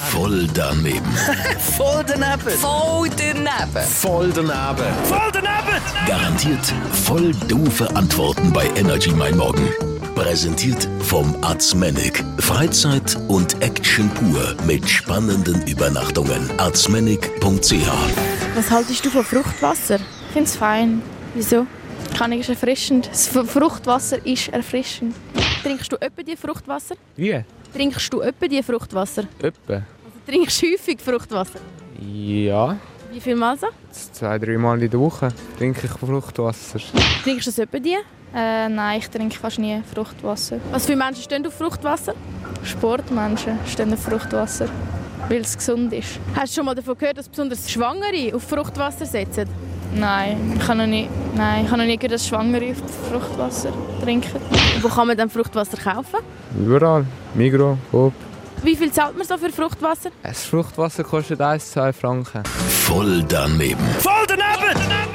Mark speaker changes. Speaker 1: Voll daneben.
Speaker 2: Voll daneben.
Speaker 3: Voll daneben.
Speaker 2: Voll daneben.
Speaker 1: Garantiert voll doofe Antworten bei Energy Mein Morgen. Präsentiert vom Arzmenig. Freizeit und Action pur mit spannenden Übernachtungen. Arzmenig.ch
Speaker 4: Was haltest du von Fruchtwasser?
Speaker 5: Ich finde es fein. Wieso? Kann ich ist erfrischend. Das F- Fruchtwasser ist erfrischend.
Speaker 4: Trinkst du öppe die Fruchtwasser?
Speaker 6: Wie?
Speaker 4: Trinkst du öppe die Fruchtwasser?
Speaker 6: Öppe?
Speaker 4: Also trinkst du häufig Fruchtwasser?
Speaker 6: Ja,
Speaker 4: Wie viel Mal so?
Speaker 6: z- zwei, dreimal in der Woche trinke ich Fruchtwasser.
Speaker 4: Trinkst du das öppe die?
Speaker 5: Äh, nein, ich trinke fast nie Fruchtwasser.
Speaker 4: Was viele Menschen stehen auf Fruchtwasser?
Speaker 5: Sportmenschen stehen auf Fruchtwasser, weil es gesund ist.
Speaker 4: Hast du schon mal davon gehört, dass besonders Schwangere auf Fruchtwasser setzen?
Speaker 5: Nein, ich habe noch nie, nein, ich habe noch nie gehört, dass Schwangere Fruchtwasser trinken.
Speaker 4: Und wo kann man dann Fruchtwasser kaufen?
Speaker 6: Überall. Migro, Coop.
Speaker 4: Wie viel zahlt man so für Fruchtwasser?
Speaker 6: Das Fruchtwasser kostet 1, 2 Franken.
Speaker 1: Voll daneben.
Speaker 2: Voll daneben!